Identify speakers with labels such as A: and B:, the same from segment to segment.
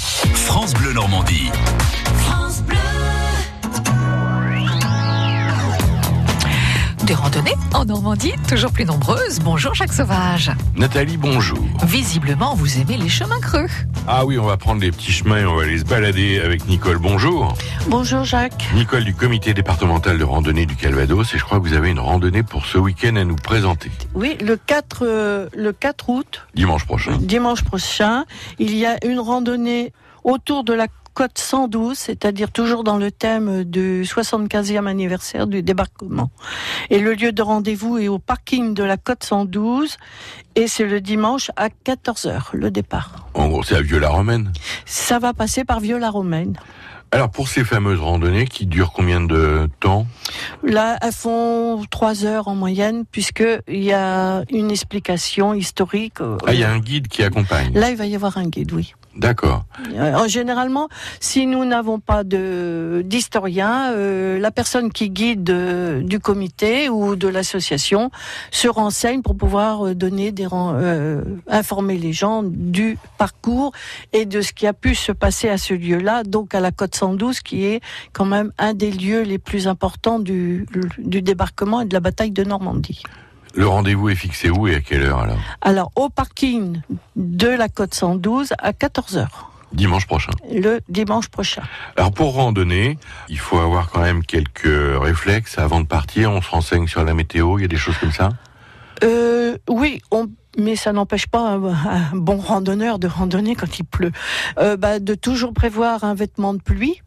A: France Bleu Normandie.
B: France Bleu.
C: Des randonnées en Normandie, toujours plus nombreuses. Bonjour Jacques Sauvage.
D: Nathalie, bonjour.
C: Visiblement, vous aimez les chemins creux.
D: Ah oui, on va prendre les petits chemins et on va aller se balader avec Nicole. Bonjour.
E: Bonjour Jacques.
D: Nicole du comité départemental de randonnée du Calvados et je crois que vous avez une randonnée pour ce week-end à nous présenter.
E: Oui, le 4, euh, le 4 août,
D: Dimanche prochain.
E: dimanche prochain, il y a une randonnée autour de la côte 112, c'est-à-dire toujours dans le thème du 75e anniversaire du débarquement. Et le lieu de rendez-vous est au parking de la côte 112 et c'est le dimanche à 14h le départ.
D: En gros, c'est à Vieux-la-Romaine.
E: Ça va passer par Vieux-la-Romaine.
D: Alors pour ces fameuses randonnées qui durent combien de temps
E: Là, elles font 3 heures en moyenne puisqu'il y a une explication historique.
D: Ah, il y a un guide qui accompagne.
E: Là, il va y avoir un guide, oui.
D: D'accord.
E: Euh, en généralement, si nous n'avons pas de d'historien, euh, la personne qui guide euh, du comité ou de l'association se renseigne pour pouvoir euh, donner des ren- euh, informer les gens du parcours et de ce qui a pu se passer à ce lieu-là, donc à la côte 112, qui est quand même un des lieux les plus importants du, du débarquement et de la bataille de Normandie.
D: Le rendez-vous est fixé où et à quelle heure alors
E: Alors, au parking de la côte 112 à 14 heures
D: Dimanche prochain.
E: le dimanche prochain.
D: Alors pour randonner, il faut avoir quand même quelques réflexes avant de partir. On se renseigne sur la météo, il y a des choses comme ça.
E: Euh, oui, on- mais ça n'empêche pas un, un bon randonneur de randonner quand il pleut. Euh, bah, de toujours prévoir un vêtement de pluie.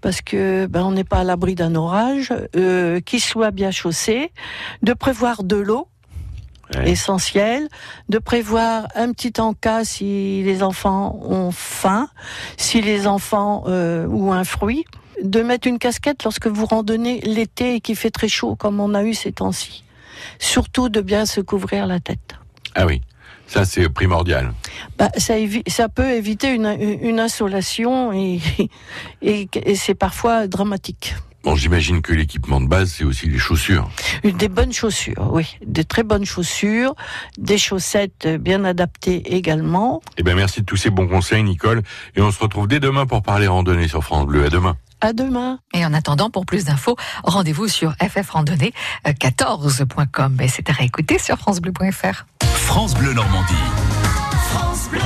E: Parce que bah, on n'est pas à l'abri d'un orage, euh, qu'il soit bien chaussé, de prévoir de l'eau
D: Ouais.
E: essentielle, de prévoir un petit encas si les enfants ont faim, si les enfants euh, ou un fruit, de mettre une casquette lorsque vous randonnez l'été et qu'il fait très chaud comme on a eu ces temps-ci surtout de bien se couvrir la tête.
D: Ah oui, ça c'est primordial.
E: Bah, ça, évi- ça peut éviter une, une insolation et, et, et c'est parfois dramatique.
D: Bon, j'imagine que l'équipement de base, c'est aussi les chaussures.
E: Des bonnes chaussures, oui, des très bonnes chaussures, des chaussettes bien adaptées également.
D: Eh bien, merci de tous ces bons conseils, Nicole. Et on se retrouve dès demain pour parler randonnée sur France Bleu. À demain.
E: À demain.
C: Et en attendant, pour plus d'infos, rendez-vous sur euh, ffrandonnée14.com. Et c'est à réécouter sur FranceBleu.fr.
A: France Bleu Normandie.
B: France Bleu.